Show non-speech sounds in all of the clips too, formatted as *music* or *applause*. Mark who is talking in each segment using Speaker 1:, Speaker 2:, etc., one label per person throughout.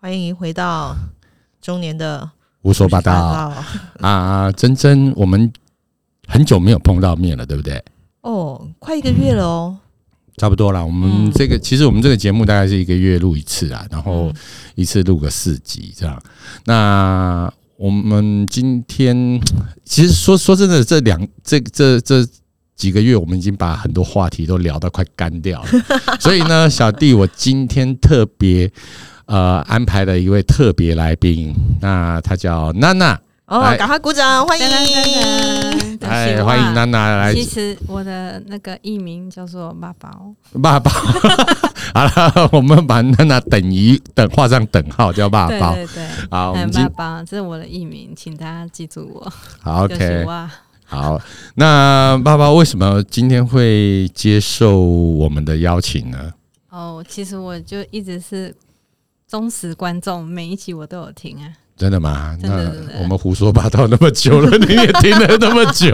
Speaker 1: 欢迎回到中年的
Speaker 2: 胡说八道
Speaker 1: 道
Speaker 2: 啊！珍珍，我们很久没有碰到面了，对不对？
Speaker 1: 哦，快一个月了哦。
Speaker 2: 差不多啦，我们
Speaker 1: 嗯
Speaker 2: 这个、其实我们这个节目大概是一个月录一次啊，然后
Speaker 1: 嗯
Speaker 2: 一次录个四集这样。那我们今天其实说说真的，这两这这这几个月，我们已经把很多话题都聊到快干掉了。 *laughs* 所以呢，小弟我今天特别呃安排了一位特别来宾，那他叫娜娜，
Speaker 1: 哦，
Speaker 2: 来
Speaker 1: 赶快鼓掌，欢迎！
Speaker 2: 哎，欢迎娜娜来
Speaker 3: 其实我的那个艺名叫做爸爸哦，
Speaker 2: 爸爸， *laughs* 好了， *laughs* 我们把娜娜等于等画上等号，叫哦爸
Speaker 3: 对
Speaker 2: 爸。
Speaker 3: 对对，
Speaker 2: 好，我
Speaker 3: 哎
Speaker 2: 们
Speaker 3: 爸
Speaker 2: 今
Speaker 3: 爸，这是我的艺名，请大家记住我。
Speaker 2: 好
Speaker 3: 就是
Speaker 2: ，OK，
Speaker 3: 哇，
Speaker 2: 好。那爸爸为什么今天会接受我们的邀请呢？
Speaker 3: 哦，其实我就一直是忠实观众，每一集我都有听啊。
Speaker 2: 真的吗？
Speaker 3: 真
Speaker 2: 那
Speaker 3: 的真的
Speaker 2: 我们胡说八道那么久了，你也听了那么
Speaker 3: *laughs*
Speaker 2: 久，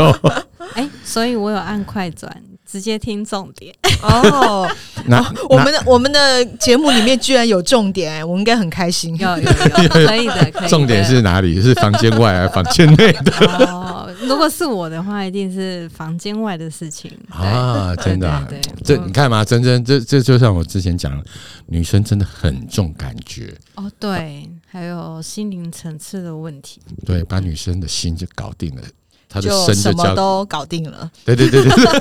Speaker 3: 哎、所以我有按快转，直接听重
Speaker 2: *laughs*
Speaker 3: 点。
Speaker 1: 哦，
Speaker 2: 那
Speaker 1: 我们的我们的节目里面居然有重点，我们应该很开心。
Speaker 3: 有有有，可以的，可以的。
Speaker 2: 重点是哪里？是房间外还是房
Speaker 3: *laughs*
Speaker 2: 间内的
Speaker 3: 哦，如果是我的话，一定是房间外的事情。对
Speaker 2: 啊？真的、啊，
Speaker 3: 对对
Speaker 2: 这
Speaker 3: 对
Speaker 2: 你看嘛，真真这这就像我之前讲的，女生真的很重感觉，
Speaker 3: 哦，对，还有心灵层次的问题。
Speaker 2: 对，把女生的心就搞定了，她的
Speaker 1: 就
Speaker 2: 身
Speaker 1: 什
Speaker 2: 就
Speaker 1: 么
Speaker 2: 交，
Speaker 1: 都搞定了，
Speaker 2: *laughs* 对对对对，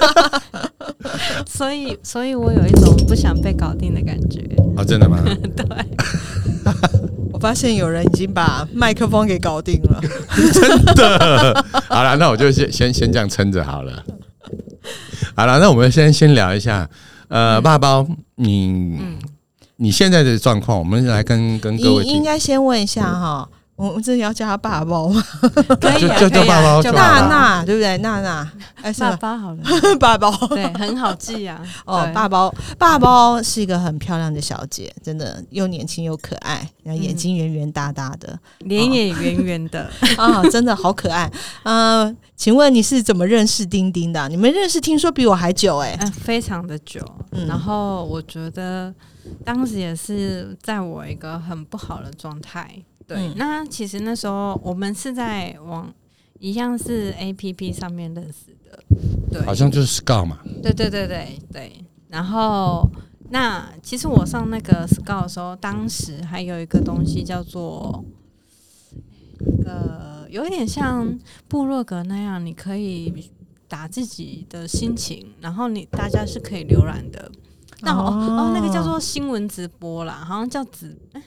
Speaker 3: 所以，所以我有一种不想被搞定的感觉。
Speaker 2: 啊，真的吗？ *laughs*
Speaker 1: 我发现有人已经把麦克风给搞定了。
Speaker 2: 好了，那我就先先先这样撑着好了。 *laughs* 好了，那我们先先聊一下，
Speaker 3: 嗯
Speaker 2: 呃，爸爸，你、你现在的状况，我们来跟跟各
Speaker 1: 应
Speaker 2: 位
Speaker 1: 应
Speaker 2: 听，
Speaker 1: 该先问一下哈，我我真的要叫他爸爸吗？
Speaker 3: 可以啊，
Speaker 2: 就就
Speaker 3: 可以
Speaker 2: 爸爸
Speaker 3: 啊，
Speaker 2: 就爸
Speaker 1: 娜
Speaker 2: 爸
Speaker 1: 娜对不对？娜娜，哎，是
Speaker 3: 爸
Speaker 1: *laughs* 吧？
Speaker 3: 爸好了，
Speaker 1: 爸爸。
Speaker 3: 对，很好记啊。
Speaker 1: 哦
Speaker 3: 对，
Speaker 1: 爸包爸包是一个很漂亮的小姐，真的又年轻又可爱，然
Speaker 3: 嗯
Speaker 1: 后眼睛圆圆大大的 *laughs*
Speaker 3: 脸也圆圆的。
Speaker 1: 啊，真的好可爱。呃，请问你是怎么认识丁丁的啊？你们认识听说比我还久哎、
Speaker 3: *laughs* 嗯，非常的久。
Speaker 1: 嗯
Speaker 3: 然后我觉得当时也是在我一个很不好的状态。对，
Speaker 1: 嗯
Speaker 3: 那其实那时候我们是在网一样是 A P P 上面认识的。对，
Speaker 2: 好像就是 Scout 嘛，
Speaker 3: 对对对对对。然后那其实我上那个 Scout 的时候，当时还有一个东西叫做。呃，有点像部落格那样，你可以打自己的心情，然后你大家是可以浏览的。那哦哦，那个叫做新闻直播啦，好像叫直，哎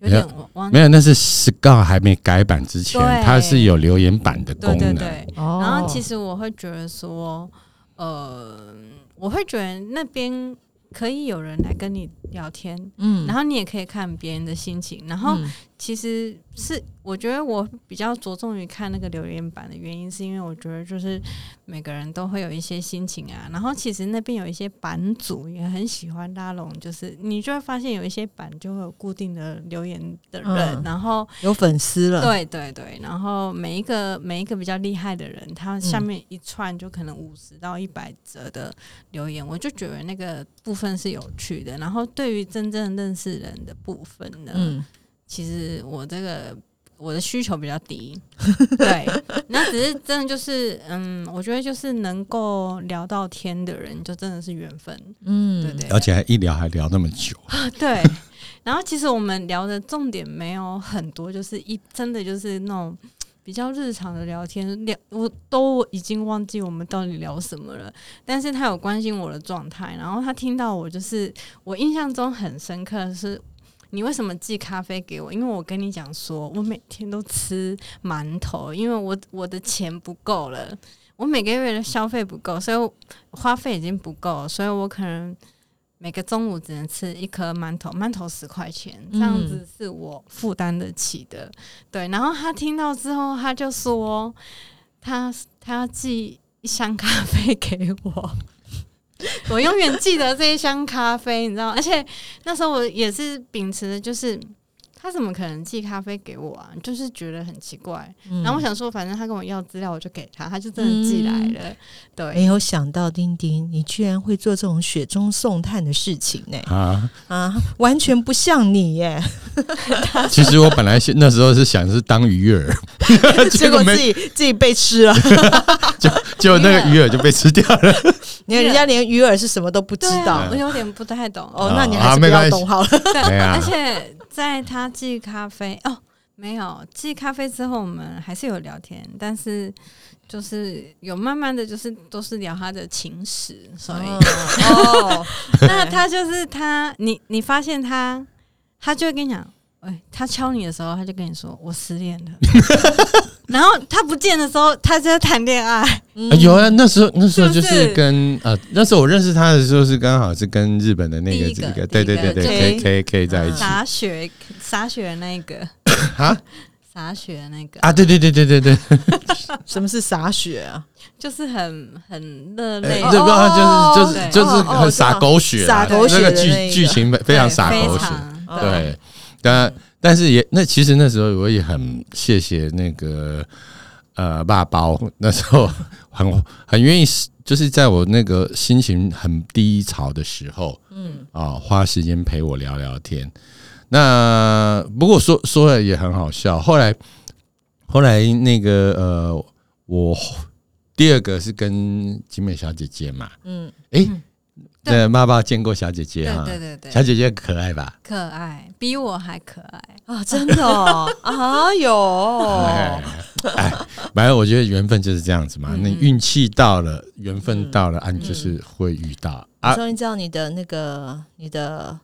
Speaker 3: 有点忘忘
Speaker 2: 没有，那是 Scout 还没改版之前，
Speaker 3: 对
Speaker 2: 它是有留言板的功
Speaker 3: 对
Speaker 2: 能，
Speaker 3: 对对，
Speaker 1: 哦
Speaker 3: 然后其实我会觉得说，呃，我会觉得那边可以有人来跟你聊天，
Speaker 1: 嗯
Speaker 3: 然
Speaker 1: 后
Speaker 3: 后你也可以看别人的心情。然后其实是我觉得我比较着重于看那个留言板的原因，是因为我觉得就是每个人都会有一些心情啊。然后其实那边有一些版主也很喜欢拉拢，就是你就会发现有一些版就会有固定的留言的人，
Speaker 1: 嗯
Speaker 3: 然后
Speaker 1: 有粉丝 *laughs* 了，
Speaker 3: 对对对，然后每一个每一个比较厉害的人，他下面一串就可能五十到一百则的留言，我就觉得那个部分是有趣的。然后对于真正认识人的部分呢，
Speaker 1: 嗯，
Speaker 3: 其实我这个我的需求比较低，对，那只是真的就是嗯，我觉得就是能够聊到天的人，就真的是缘分，
Speaker 1: 嗯
Speaker 3: 对不对？
Speaker 2: 而且还一聊还聊那么久，
Speaker 3: 对，然后其实我们聊的重点没有很多，就是一真的就是那种比较日常的聊天，聊我都已经忘记我们到底聊什么了。但是他有关心我的状态，然后他听到我就是我印象中很深刻的是。你为什么寄咖啡给我？因为我跟你讲说，我每天都吃馒头，因为我我的钱不够了，我每个月的消费不够，所以我花费已经不够了，所以我可能每个中午只能吃一颗馒头，馒头十块钱，这样
Speaker 1: 嗯
Speaker 3: 子是我负担得起的。对，然后他听到之后，他就说他他要寄一箱咖啡给我。 *laughs* 我永远记得这一箱咖啡，你知道吗？而且那时候我也是秉持的就是他怎么可能寄咖啡给我啊？就是觉得很奇怪。
Speaker 1: 嗯
Speaker 3: 然后我想说，反正他跟我要资料，我就给他，他就真的寄来了。
Speaker 1: 没
Speaker 3: 对，
Speaker 1: 有想到丁丁，你居然会做这种雪中送炭的事情呢、
Speaker 2: 啊，
Speaker 1: 啊，完全不像你
Speaker 3: *laughs*
Speaker 1: 耶、
Speaker 2: 其实我本来是那时候是想是当鱼
Speaker 3: *laughs*
Speaker 2: 饵，
Speaker 1: 结
Speaker 2: 结
Speaker 1: 果自
Speaker 2: 果没，
Speaker 1: 己自己被吃了，
Speaker 2: 结果那个鱼饵就被吃掉了。 *laughs*
Speaker 1: 你看人家连鱼饵是什么都不知
Speaker 3: 对
Speaker 1: 道。
Speaker 3: 啊，我有点不太懂。
Speaker 1: 哦，
Speaker 2: 啊
Speaker 1: 那你还是不要动好了。
Speaker 3: 对，
Speaker 2: 哎呀
Speaker 3: 而且在他寄咖啡哦，没有寄咖啡之后，我们还是有聊天，但是就是有慢慢的就是都是聊他的情史，所以、
Speaker 2: *laughs*
Speaker 1: 哦，
Speaker 3: 那他就是他，你你发现他，他就会跟你讲，哎、他敲你的时候，他就跟你说我失恋
Speaker 2: *laughs*
Speaker 3: 了，然后他不见的时候，他就在谈恋爱，
Speaker 1: 嗯
Speaker 3: *laughs*
Speaker 2: 啊有啊，那时候那时候就
Speaker 3: 是不
Speaker 2: 是是跟呃，那时候我认识他的时候是刚好是跟日本的那个
Speaker 3: 第一个
Speaker 2: 这
Speaker 3: 第一
Speaker 2: 个，
Speaker 3: 个
Speaker 2: 对对对
Speaker 1: 对
Speaker 2: 对，K K K 在一起 *laughs*
Speaker 3: 傻雪傻雪的那一个
Speaker 2: 啊
Speaker 3: 傻雪的那个，
Speaker 2: 啊，对对对对对 *laughs* 对，
Speaker 1: 什么是洒血啊？
Speaker 3: 就是很很热
Speaker 2: 哎
Speaker 3: 泪。哦
Speaker 2: 这不知道就是就是
Speaker 3: 对
Speaker 2: 就是
Speaker 1: 哦哦
Speaker 2: 很
Speaker 1: 我知
Speaker 2: 洒
Speaker 1: 道
Speaker 2: 狗血啊，
Speaker 1: 洒狗血
Speaker 2: 那
Speaker 1: 的
Speaker 2: 个
Speaker 1: 那
Speaker 2: 剧
Speaker 1: 个
Speaker 2: 剧情非常洒
Speaker 3: 非
Speaker 2: 狗血，
Speaker 3: 常 *laughs*
Speaker 1: 哦
Speaker 2: 对，但但是也那其实那时候我也很谢谢那个呃爸包，
Speaker 3: 嗯
Speaker 2: 那时候很很愿意，就是在我那个心情很低潮的时候，嗯啊、花时间陪我聊聊天。那不过说说了也很好笑，后来后来那个呃，我第二个是跟景美小姐姐嘛，
Speaker 1: 嗯
Speaker 2: 嗯，诶，
Speaker 3: 对
Speaker 2: 对，妈妈见过小姐姐哈，
Speaker 3: 对对对
Speaker 2: 小
Speaker 3: 对，
Speaker 2: 姐姐可爱吧？
Speaker 3: 可爱比我还可爱。
Speaker 1: 啊，真的
Speaker 2: *laughs*
Speaker 1: 哦，啊有
Speaker 2: 哎，哎，反正我觉得缘分就是这样子
Speaker 1: 嗯
Speaker 2: 嘛，你运气到了，缘分到了，啊，你就是会遇到
Speaker 1: 你
Speaker 2: 啊。
Speaker 1: 终于知道你的那个你的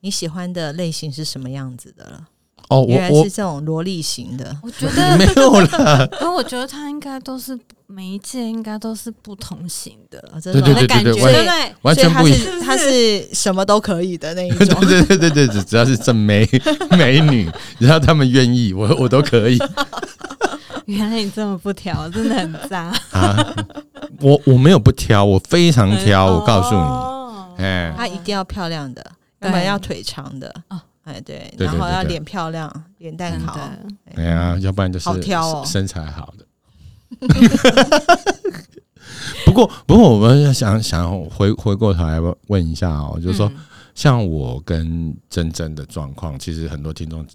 Speaker 1: 你喜欢的类型是什么样子的了，
Speaker 2: 哦，
Speaker 1: 原来
Speaker 2: 我
Speaker 1: 是
Speaker 2: 我
Speaker 1: 这种萝莉型的。
Speaker 3: 我觉
Speaker 2: *laughs*
Speaker 3: 得
Speaker 2: 没有了，
Speaker 3: 可我觉得他应该都是每一届应该都是不同型的，
Speaker 1: 啊，真的哦
Speaker 2: 对
Speaker 3: 我的感觉
Speaker 2: 对
Speaker 3: 对不对？
Speaker 2: 完全不
Speaker 1: 所以
Speaker 2: 一
Speaker 1: 他
Speaker 2: 样。
Speaker 1: 是
Speaker 3: 样
Speaker 1: 他是什么都可以的那一
Speaker 3: *laughs*
Speaker 2: 对
Speaker 1: 种。
Speaker 3: 啊
Speaker 2: *laughs* 对对对对，只只要是
Speaker 1: *laughs*
Speaker 2: 正美美女，只要他们愿意，我我都
Speaker 1: *laughs*
Speaker 2: 可以
Speaker 3: 原来你这么不挑，真的很渣。
Speaker 2: 啊。我我没有不挑， *laughs* 我非常挑，
Speaker 1: 哦
Speaker 2: 我告诉你，
Speaker 3: 你，
Speaker 2: 哎，
Speaker 1: 她一定要漂亮的，要
Speaker 3: 对
Speaker 1: 么要腿长的
Speaker 3: 哦，
Speaker 1: 哎对，
Speaker 2: 对
Speaker 1: 然后
Speaker 2: 对对
Speaker 1: 要
Speaker 2: 对
Speaker 1: 脸漂亮，脸蛋
Speaker 3: 真
Speaker 1: 好，
Speaker 3: 的
Speaker 2: 哎呀，要不然就是
Speaker 1: 好挑哦
Speaker 2: 身身材好的。 *laughs* 不过，不过我们想想回回过头来问问一下哦，就是说，
Speaker 3: 嗯
Speaker 2: 像我跟珍珍的状况，其实很多听众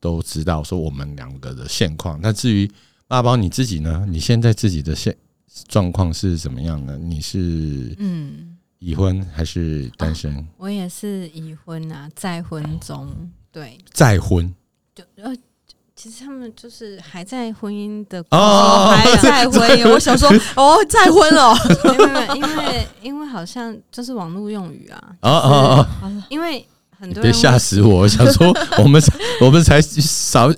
Speaker 2: 都知道说我们两个的现况。那至于爸包你自己呢？你现在自己的现状况是怎么样呢？你是
Speaker 3: 嗯，
Speaker 2: 已婚还是单身？
Speaker 3: 我也是已婚啊，再婚中，对，
Speaker 2: 再婚？
Speaker 3: 就呃。其实他们就是还在婚姻的
Speaker 2: 哦
Speaker 1: 还
Speaker 2: *laughs*
Speaker 1: 再婚耶！我想说，哦，再婚了，
Speaker 3: 没有没有，因为因为好像就是网络用语啊，
Speaker 2: 哦哦哦！
Speaker 3: 因为很
Speaker 2: 你
Speaker 3: 多
Speaker 2: 别
Speaker 3: 人
Speaker 2: 吓
Speaker 3: 会
Speaker 2: 死我！我想
Speaker 3: *laughs*
Speaker 2: 说，我们才我们才少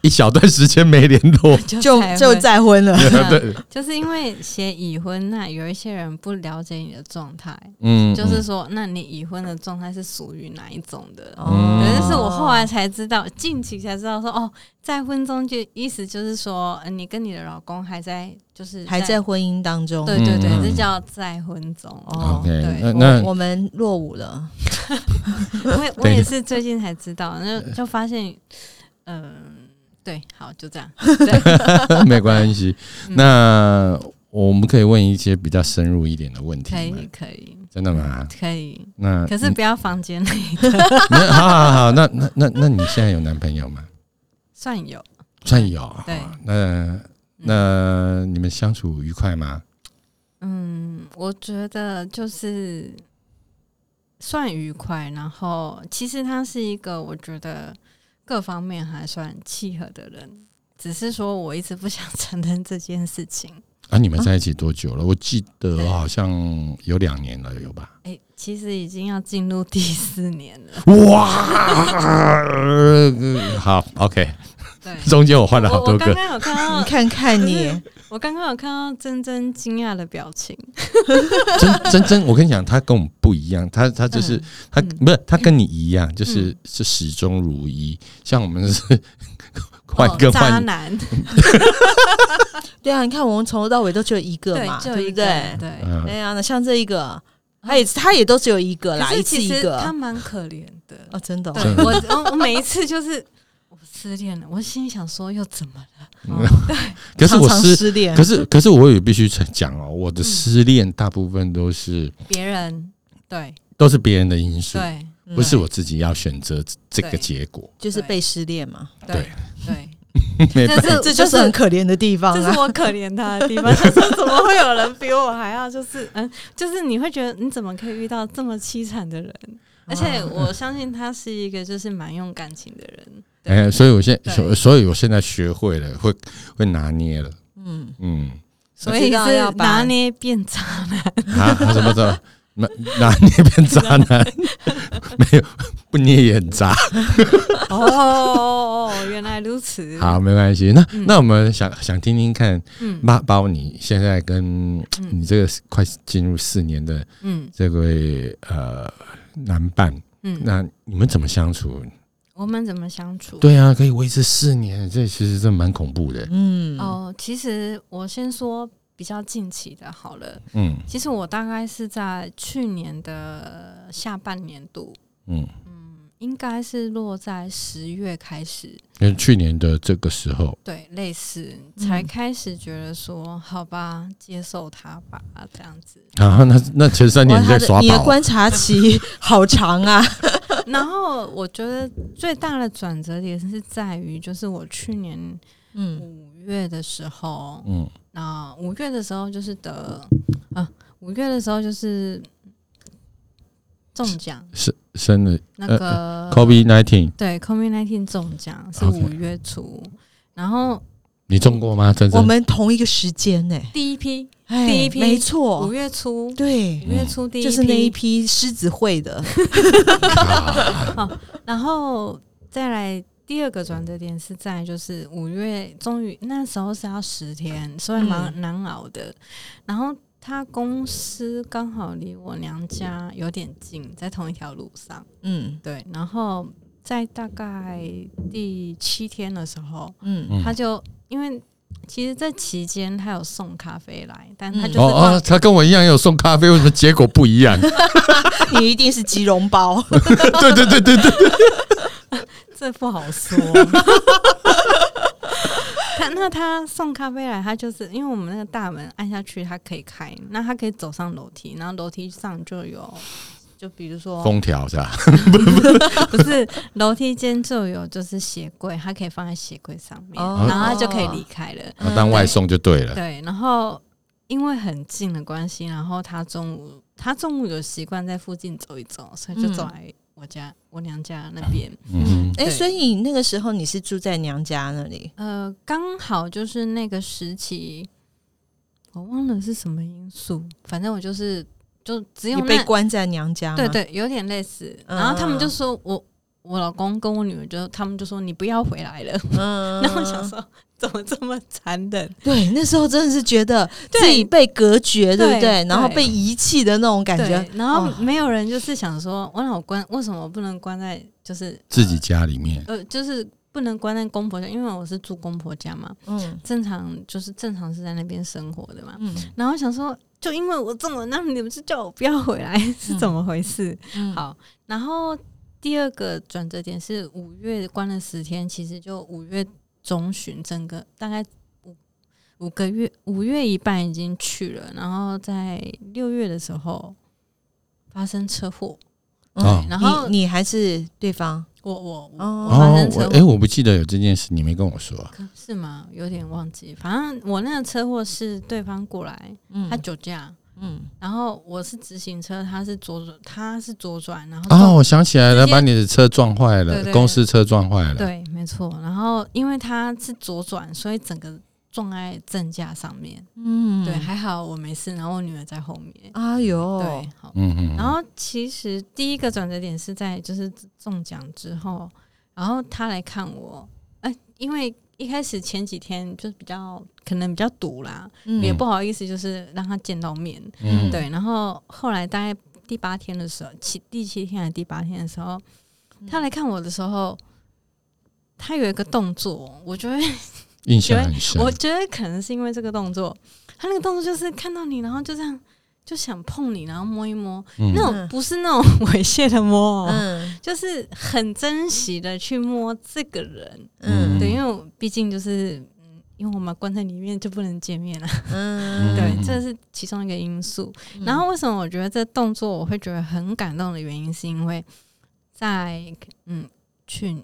Speaker 2: 一小段时间没联络，
Speaker 1: 就
Speaker 3: 才
Speaker 1: 就
Speaker 3: 会
Speaker 1: 再婚了。
Speaker 2: 对，
Speaker 3: 就是因为写已婚，那有一些人不了解你的状态，
Speaker 2: 嗯，
Speaker 3: 就是说，那你已婚的状态是属于哪一种的？
Speaker 2: 嗯
Speaker 1: 哦
Speaker 3: 可是是我后来才知道，近期才知道说，哦，再婚中就意思就是说，呃你跟你的老公还在，就是
Speaker 1: 还在婚姻当中。
Speaker 3: 对对对，
Speaker 2: 嗯
Speaker 3: 这叫再婚中。
Speaker 2: *laughs*
Speaker 1: 哦
Speaker 2: 嗯 OK，
Speaker 1: 我
Speaker 2: 那
Speaker 3: 对
Speaker 2: 那
Speaker 1: 我们落伍了，
Speaker 3: 我也我
Speaker 2: 对
Speaker 3: 也是最近才知道，那就发现，嗯、对，好，就这样。
Speaker 2: *laughs* 没关系。
Speaker 3: 嗯
Speaker 2: 那我们可以问一些比较深入一点的问题
Speaker 3: 可
Speaker 2: 吗
Speaker 3: 以，可以，
Speaker 2: 真的吗？
Speaker 3: 可以。
Speaker 2: 那
Speaker 3: 可是 *laughs*
Speaker 2: 你
Speaker 3: 不要房
Speaker 2: *laughs*
Speaker 3: 间内
Speaker 2: 那好好好，那那那那你现在有男朋友吗？
Speaker 3: 算有，
Speaker 2: 算有。
Speaker 3: 对
Speaker 2: 好那那你们相处愉快吗？
Speaker 3: 嗯，我觉得就是算愉快，然后其实他是一个我觉得各方面还算契合的人，只是说我一直不想 *laughs* 承认这件事情。
Speaker 2: 啊，你们在一起多久
Speaker 3: 啊
Speaker 2: 了？我记得好像有两年了，有吧？
Speaker 3: 哎、其实已经要进入第四年了，
Speaker 2: 哇，呃好，OK，
Speaker 3: 对。
Speaker 2: 中间我换了好
Speaker 3: 我
Speaker 2: 多
Speaker 3: 我刚
Speaker 2: 个，
Speaker 3: 刚有看
Speaker 1: *laughs* 你
Speaker 3: 到，
Speaker 1: 看看你，
Speaker 3: *laughs* 我刚刚有看到珍珍惊讶的表情，
Speaker 2: 真真真，我跟你讲，他跟我们不一样，他他就是
Speaker 3: 嗯
Speaker 2: 他
Speaker 3: 嗯
Speaker 2: 不是他跟你一样，就是
Speaker 3: 嗯
Speaker 2: 是始终如一，像我们是换个
Speaker 3: 哦渣
Speaker 2: 换
Speaker 3: 男，
Speaker 1: 对啊，你看我们从头到尾都只有一个
Speaker 3: 对
Speaker 1: 嘛，，
Speaker 3: 就
Speaker 1: 对
Speaker 3: 一
Speaker 1: 不
Speaker 3: 个
Speaker 1: 对
Speaker 3: 人？对，
Speaker 2: 嗯
Speaker 1: 对啊，那像这一个，他也他也都只有一个啦，
Speaker 3: 可
Speaker 1: 一
Speaker 3: 是
Speaker 1: 次
Speaker 3: 其
Speaker 1: 一
Speaker 3: 实
Speaker 1: 个
Speaker 3: 他蛮可怜的。
Speaker 1: 哦，真的哦、
Speaker 3: 对我，我我每一次就是我失恋了，我心里想说又怎么了？
Speaker 2: 可是我
Speaker 1: 常常
Speaker 2: 失，
Speaker 1: 失恋
Speaker 2: 可，是可是我也必须讲哦，我
Speaker 3: 嗯
Speaker 2: 的失恋大部分都是
Speaker 3: 别人对
Speaker 2: 都是别人的因素，
Speaker 3: 对
Speaker 1: 嗯
Speaker 2: 不是我自己要选择这个
Speaker 3: 对
Speaker 2: 结果，
Speaker 1: 就是
Speaker 3: 对
Speaker 1: 被失恋嘛，
Speaker 3: 对对，
Speaker 2: 没办
Speaker 3: 这
Speaker 2: 法。
Speaker 3: 是
Speaker 1: 这就是很可怜的地方
Speaker 3: 这
Speaker 1: 啊
Speaker 3: 是。我可怜他的地方，就是怎么会有人比我还要，就是嗯，就是你会觉得你怎么可以遇到这么凄惨的人？而且我相信他是一个就是蛮用感情的人，对
Speaker 2: 哎，所以我现
Speaker 3: 对
Speaker 2: 所所以我现在学会了，会会拿捏了，
Speaker 1: 嗯，
Speaker 2: 嗯，
Speaker 3: 所以
Speaker 1: 要
Speaker 3: 是
Speaker 1: 要
Speaker 3: 拿
Speaker 1: 把
Speaker 3: 捏变差了。
Speaker 2: 啊，什么的，拿拿捏变渣
Speaker 3: *laughs*
Speaker 2: 男，
Speaker 3: 嗯
Speaker 2: 没有不捏也很渣。
Speaker 3: 哦，原来如此。
Speaker 2: 好，没关系。那、那我们想想听听看，
Speaker 3: 嗯
Speaker 2: 妈包你现在跟你这个快进入四年的
Speaker 3: 嗯
Speaker 2: 这位呃男伴，
Speaker 3: 嗯，
Speaker 2: 那你们怎么相处？
Speaker 3: 我们怎么相处？
Speaker 2: 对啊，可以维持四年，这其实真蛮恐怖的。
Speaker 1: 嗯，
Speaker 3: 哦，其实我先说比较近期的好了。
Speaker 2: 嗯
Speaker 3: 其实我大概是在去年的下半年度，
Speaker 2: 嗯，
Speaker 3: 应该是落在十月开始，
Speaker 2: 因为去年的这个时候，
Speaker 3: 对，类似才开始觉得说，好吧，接受他吧，这样子。
Speaker 2: 然啊后那那前三
Speaker 1: 哇
Speaker 2: 年你
Speaker 1: 他
Speaker 2: 在
Speaker 1: 的
Speaker 2: 耍
Speaker 1: 你的
Speaker 2: 宝，啊
Speaker 1: 观察
Speaker 3: *laughs*
Speaker 1: 期好长啊。
Speaker 3: 然后我觉得最大的转折点是在于，就是我去年
Speaker 1: 嗯，
Speaker 3: 五月的时候，
Speaker 2: 嗯，
Speaker 3: 那五月的时候就是得，啊，五月的时候就是中奖
Speaker 2: 生生了
Speaker 3: 那
Speaker 2: 呃
Speaker 3: 个
Speaker 2: COVID nineteen，
Speaker 3: 对 COVID nineteen 中奖是
Speaker 2: OK
Speaker 3: 五月初然后
Speaker 2: 你中过吗？真
Speaker 1: 我
Speaker 2: 真，
Speaker 1: 们同一个时间呢、
Speaker 3: 第一批
Speaker 1: 哎
Speaker 3: 第一批
Speaker 1: 没
Speaker 3: 五
Speaker 1: 错，
Speaker 3: 月初
Speaker 1: 对
Speaker 2: 嗯
Speaker 3: 五，月初第一批，
Speaker 1: 就是那一批狮子会的，
Speaker 3: 然后再来第二个转折点是在就是五月，终于那时候是要十天，所以蛮难熬的。然后他公司刚好离我娘家有点近，在同一条路上，
Speaker 1: 嗯
Speaker 3: 对。然后在大概第七天的时候，
Speaker 2: *laughs*
Speaker 1: 嗯，
Speaker 2: 嗯
Speaker 3: 他就因为其实这期间他有送咖啡来，但他
Speaker 1: 嗯
Speaker 3: 就是
Speaker 2: 哦
Speaker 3: 忘
Speaker 2: 哦，他跟我一样有送咖啡，为什么结果不一样？
Speaker 1: 你一定是吉隆包，
Speaker 2: 对对对对对，
Speaker 3: 这不好说。 *laughs* 他那他送咖啡来，他就是因为我们那个大门按下去，他可以开，那他可以走上楼梯，然后楼梯上就有，就比如说
Speaker 2: 封条是吧？
Speaker 3: 不是楼梯间就有就是鞋柜，他可以放在鞋柜上面，
Speaker 1: 哦
Speaker 3: 然后他就可以离开了。
Speaker 1: 嗯
Speaker 2: 啊当外送就对了。
Speaker 3: 对，然后因为很近的关系，然后他中午他中午有习惯在附近走一走，所以就
Speaker 1: 嗯
Speaker 3: 走来我家、我娘家那边。
Speaker 2: 嗯，
Speaker 1: 哎、
Speaker 3: 对
Speaker 1: 所以那个时候你是住在娘家那里，
Speaker 3: 呃，刚好就是那个时期，我忘了是什么因素，反正我就是就只有
Speaker 1: 你被
Speaker 3: 那
Speaker 1: 关在娘家吗？嗯
Speaker 3: 对对，有点类似。然后他们就说我我老公跟我女儿就他们就说你不要回来了，
Speaker 1: 嗯，
Speaker 3: 然后我想说怎么这么残忍？
Speaker 1: 对，那时候真的是觉得
Speaker 3: 对
Speaker 1: 自己被隔绝，对
Speaker 3: 对
Speaker 1: 不对？然后
Speaker 3: 对
Speaker 1: 被遗弃的那种感觉
Speaker 3: 对，，然后
Speaker 1: 哦
Speaker 3: 没有人就是想说我老关为什么不能关在就是
Speaker 2: 自己家里面，
Speaker 3: 呃就是不能关在公婆家，因为我是住公婆家嘛，
Speaker 1: 嗯
Speaker 3: 正常就是正常是在那边生活的嘛。
Speaker 1: 嗯
Speaker 3: 然后想说，就因为我这么，那你们就叫我不要回来， *laughs* 是怎么回事？
Speaker 1: 嗯，
Speaker 3: 好，然后第二个转折点是五月关了十天，其实就五月中旬，整个大概五五个月，五月一半已经去了，然后在六月的时候发生车祸，
Speaker 1: 嗯
Speaker 2: 哦
Speaker 3: 然后
Speaker 1: 你你还是对方
Speaker 3: 我我我
Speaker 1: 哦
Speaker 3: 我发
Speaker 2: 哦
Speaker 3: 生，
Speaker 2: 我
Speaker 3: 车
Speaker 2: 哎、
Speaker 3: 祸。
Speaker 2: 我不记得有这件事，你没跟我说啊。
Speaker 3: 可是吗？有点忘记，反正我那个车祸是对方过来，
Speaker 1: 嗯
Speaker 3: 他酒驾，
Speaker 1: 嗯
Speaker 3: 然后我是直行车，他是左转，他是左转，然后
Speaker 2: 哦，
Speaker 3: 撞
Speaker 2: 我想起来了，
Speaker 3: 直接
Speaker 2: 把你的车撞坏
Speaker 3: 对
Speaker 2: 了，
Speaker 3: 对
Speaker 2: 公司车撞坏了。
Speaker 3: 对，没错。然后因为他是左转，所以整个撞在正架上面。
Speaker 1: 嗯
Speaker 3: 对，还好我没事，然后我女儿在后面。
Speaker 1: 哎呦，
Speaker 3: 对，好。
Speaker 2: 嗯嗯，
Speaker 3: 然后其实第一个转折点是在就是中奖之后，然后他来看我，哎、因为一开始前几天就比较可能比较堵啦，
Speaker 1: 嗯
Speaker 3: 也不好意思，就是让他见到面。
Speaker 2: 嗯，
Speaker 3: 对，然后后来大概第八天的时候，七第七天还是第八天的时候，
Speaker 1: 嗯
Speaker 3: 他来看我的时候，他有一个动作，我觉得
Speaker 2: 印象很深。
Speaker 3: 我觉得可能是因为这个动作，他那个动作就是看到你，然后就这样就想碰你，然后摸一摸，
Speaker 2: 嗯
Speaker 3: 那种不是那种猥亵的摸、哦，
Speaker 1: 嗯
Speaker 3: 就是很珍惜的去摸这个人。
Speaker 1: 嗯
Speaker 3: 对，因为我毕竟就是，嗯，因为我们关在里面就不能见面了，
Speaker 1: 嗯，
Speaker 3: 对
Speaker 2: 嗯，
Speaker 3: 这是其中一个因素。然后为什么我觉得这动作我会觉得很感动的原因，是因为在嗯去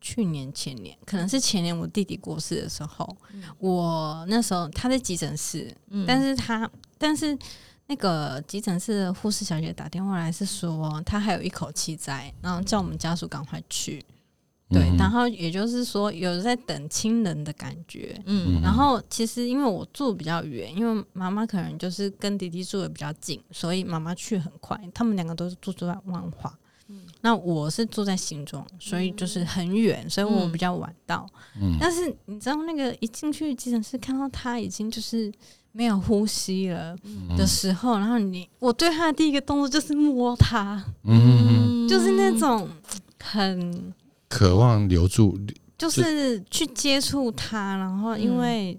Speaker 3: 去年前年，可能是前年我弟弟过世的时候，我那时候他在急诊室，
Speaker 1: 嗯，
Speaker 3: 但是他但是那个急诊室的护士小姐打电话来是说他还有一口气在，然后叫我们家属赶快去。
Speaker 2: 嗯
Speaker 3: 对，然后也就是说有在等亲人的感觉。
Speaker 1: 嗯
Speaker 3: 然后其实因为我住比较远，因为妈妈可能就是跟弟弟住的比较近，所以妈妈去很快。他们两个都是住在万华，那我是住在新庄，所以就是很远，所以我比较晚到。
Speaker 2: 嗯
Speaker 3: 但是你知道那个一进去急诊室看到他已经就是没有呼吸了
Speaker 2: 嗯
Speaker 3: 的时候，然后你我对他的第一个动作就是摸他，
Speaker 2: 嗯，
Speaker 3: 就是那种很
Speaker 2: 渴望留住，
Speaker 3: 就是嗯去接触他，然后因为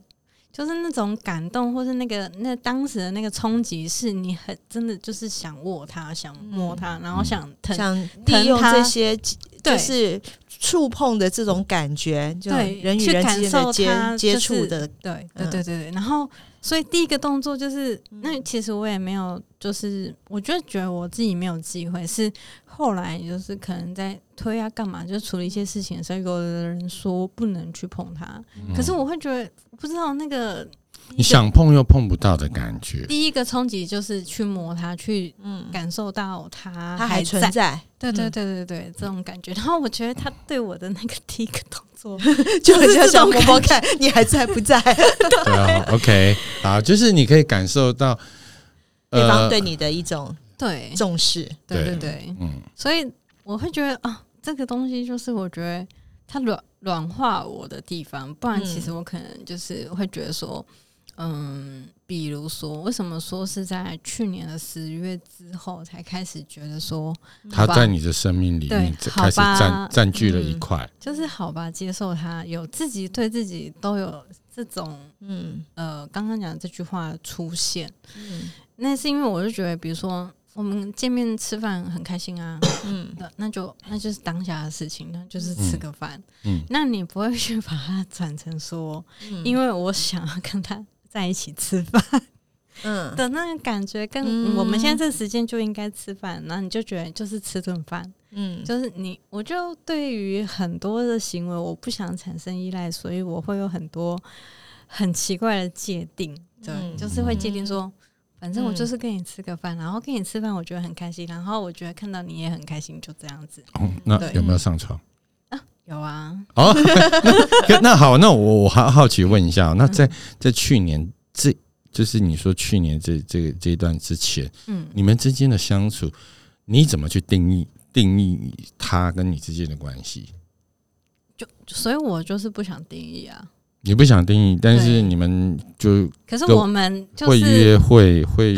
Speaker 3: 就是那种感动，或是那个那当时的那个冲击，是你很真的就是想握他，想摸他，然后嗯想疼，
Speaker 1: 想利用这些就
Speaker 3: 对
Speaker 1: 是触碰的这种感觉，就
Speaker 3: 对
Speaker 1: 人与
Speaker 3: 去
Speaker 1: 人
Speaker 3: 感
Speaker 1: 之间的
Speaker 3: 受
Speaker 1: 接
Speaker 3: 它
Speaker 1: 接
Speaker 3: 就
Speaker 1: 触
Speaker 3: 是
Speaker 1: 的，
Speaker 3: 对对
Speaker 1: 嗯
Speaker 3: 对对对。嗯然后，所以第一个动作就是，那其实我也没有，就是我就觉得我自己没有机会，是后来就是可能在推啊干嘛，就处理一些事情的时候，有的人说不能去碰他，可是我会觉得不知道那个
Speaker 2: 你想碰又碰不到的感
Speaker 3: *laughs*
Speaker 2: 觉。
Speaker 3: 第一个冲击就是去摸它，去嗯感受到它
Speaker 1: 它嗯
Speaker 3: 还
Speaker 1: 还存
Speaker 3: *laughs*
Speaker 1: 在，
Speaker 3: 对
Speaker 1: 嗯
Speaker 3: 对对对对，这种感觉。然后我觉得他对我的那个 *laughs* 第一个动
Speaker 1: *laughs*
Speaker 3: 作，
Speaker 1: 就很
Speaker 3: 是
Speaker 1: 像
Speaker 3: 这
Speaker 1: 想
Speaker 3: 种
Speaker 1: 摸摸看你还在不
Speaker 2: *laughs*
Speaker 1: 在，
Speaker 2: 对啊，OK，好，就是你可以感受到，
Speaker 1: 对方
Speaker 2: 呃，
Speaker 1: 对你的一种
Speaker 3: 对
Speaker 1: 重视，
Speaker 3: 对
Speaker 2: 对
Speaker 3: 对对，
Speaker 2: 嗯，
Speaker 3: 所以我会觉得啊，这个东西就是我觉得它软软化我的地方，不然
Speaker 1: 嗯
Speaker 3: 其实我可能就是会觉得说，嗯，比如说为什么说是在去年的十月之后才开始觉得说，
Speaker 2: 他
Speaker 3: 嗯吧
Speaker 2: 在你的生命里面
Speaker 3: 对
Speaker 2: 开始
Speaker 3: 好吧嗯
Speaker 2: 占占据了一块，
Speaker 3: 就是好吧，接受它，有自己对自己都有这种
Speaker 1: 嗯
Speaker 3: 呃，刚刚讲的这句话的出现，
Speaker 1: 嗯
Speaker 3: 那是因为我就觉得，比如说我们见面吃饭很开心啊，
Speaker 1: 嗯
Speaker 3: 那那就那就是当下的事情，那就是吃个饭，
Speaker 2: 嗯
Speaker 3: 那你不会去把它转成说，
Speaker 1: 嗯
Speaker 3: 因为我想要跟他在一起吃饭
Speaker 1: 嗯
Speaker 3: 的那个感觉，跟
Speaker 1: 嗯
Speaker 3: 我们现在这时间就应该吃饭，然后你就觉得就是吃顿饭，
Speaker 1: 嗯，
Speaker 3: 就是你，我就对于很多的行为，我不想产生依赖，所以我会有很多很奇怪的界定，对，
Speaker 1: 嗯
Speaker 3: 就是会界定说，反正我就是跟你吃个饭，然后跟你吃饭，我觉得很开心，然后我觉得看到你也很开心，就这样子。
Speaker 2: 哦，那
Speaker 3: 对
Speaker 2: 有没有上床？
Speaker 3: 有啊，
Speaker 2: 哦， *laughs* 那那好，那我我好好奇问一
Speaker 3: 嗯
Speaker 2: 下，那在在去年这，就是你说去年这这个这一段之前，
Speaker 3: 嗯，
Speaker 2: 你们之间的相处，你怎么去定义定义他跟你之间的关系？
Speaker 3: 所以我就是不想定义啊。
Speaker 2: 你不想定义，但是
Speaker 3: 对
Speaker 2: 你们就
Speaker 3: 可是
Speaker 2: 都
Speaker 3: 我们就
Speaker 2: 会
Speaker 3: 是
Speaker 2: 约会，
Speaker 3: *laughs*
Speaker 2: 会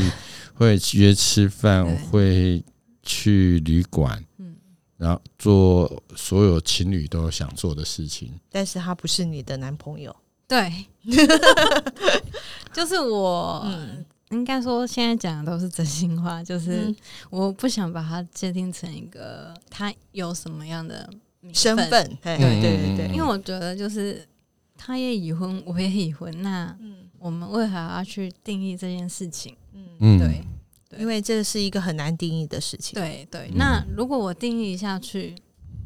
Speaker 2: 会约吃饭
Speaker 3: 对，
Speaker 2: 会去旅馆，
Speaker 3: 嗯
Speaker 2: 然后做所有情侣都想做的事情。
Speaker 1: 但是他不是你的男朋友，
Speaker 3: 对， *laughs* 就是我。
Speaker 1: 嗯
Speaker 3: 应该说，现在讲的都是真心话，就是、我不想把它界定成一个他有什么样的名
Speaker 1: 身
Speaker 3: 分，
Speaker 1: 份，哎对对
Speaker 2: 嗯
Speaker 1: 对
Speaker 2: 嗯
Speaker 1: 对，
Speaker 3: 因为我觉得就是他也已婚，我也已婚，那
Speaker 1: 嗯
Speaker 3: 我们为何要去定义这件事情？
Speaker 1: 嗯，
Speaker 2: 嗯，
Speaker 3: 对对
Speaker 1: 因为这是一个很难定义的事情，
Speaker 3: 对对，
Speaker 2: 嗯
Speaker 3: 那如果我定义下去，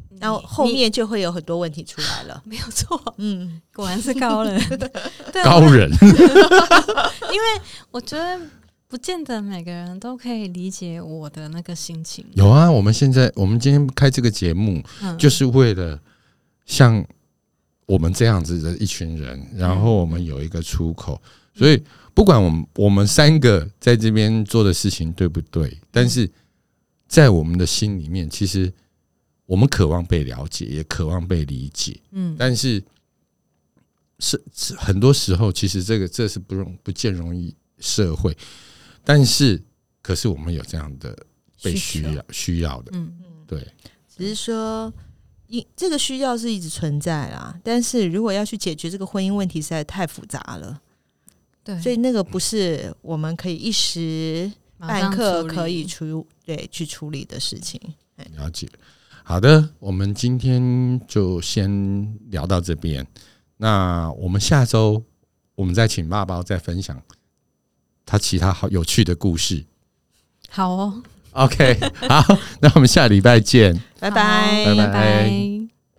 Speaker 3: 你
Speaker 1: 然后后
Speaker 3: 你
Speaker 1: 面就会有很多问题出来了，
Speaker 3: 没有错，
Speaker 1: 嗯
Speaker 3: 果然是
Speaker 1: *laughs*
Speaker 3: 高人，对，
Speaker 2: 高人，
Speaker 3: *laughs* 我觉得不见得每个人都可以理解我的那个心情，
Speaker 2: 有啊，我们现在我们今天开这个节目，
Speaker 3: 嗯
Speaker 2: 就是为了像我们这样子的一群人，
Speaker 3: 嗯
Speaker 2: 然后我们有一个出口，所以不管我们我们三个在这边做的事情对不对，
Speaker 3: 嗯
Speaker 2: 但是在我们的心里面，其实我们渴望被了解，也渴望被理解，
Speaker 3: 嗯
Speaker 2: 但是是是很多时候，其实这个这是不容不见容易社会，但是可是我们有这样的被需
Speaker 1: 需求
Speaker 2: 要需要的，
Speaker 3: 嗯
Speaker 2: 对，
Speaker 1: 只是说，一这个需要是一直存在啦，但是如果要去解决这个婚姻问题，实在太复杂了，
Speaker 3: 对，
Speaker 1: 所以那个不是我们可以一时
Speaker 3: 马
Speaker 1: 办
Speaker 3: 上
Speaker 1: 课
Speaker 3: 处理
Speaker 1: 可以处对去处理的事情。
Speaker 2: 了解。好的，我们今天就先聊到这边。那我们下周我们再请爸爸再分享他其他好有趣的故事。
Speaker 3: 好哦，
Speaker 2: *laughs* OK，好，那我们下礼拜见。
Speaker 1: 拜拜
Speaker 2: 拜拜
Speaker 3: 拜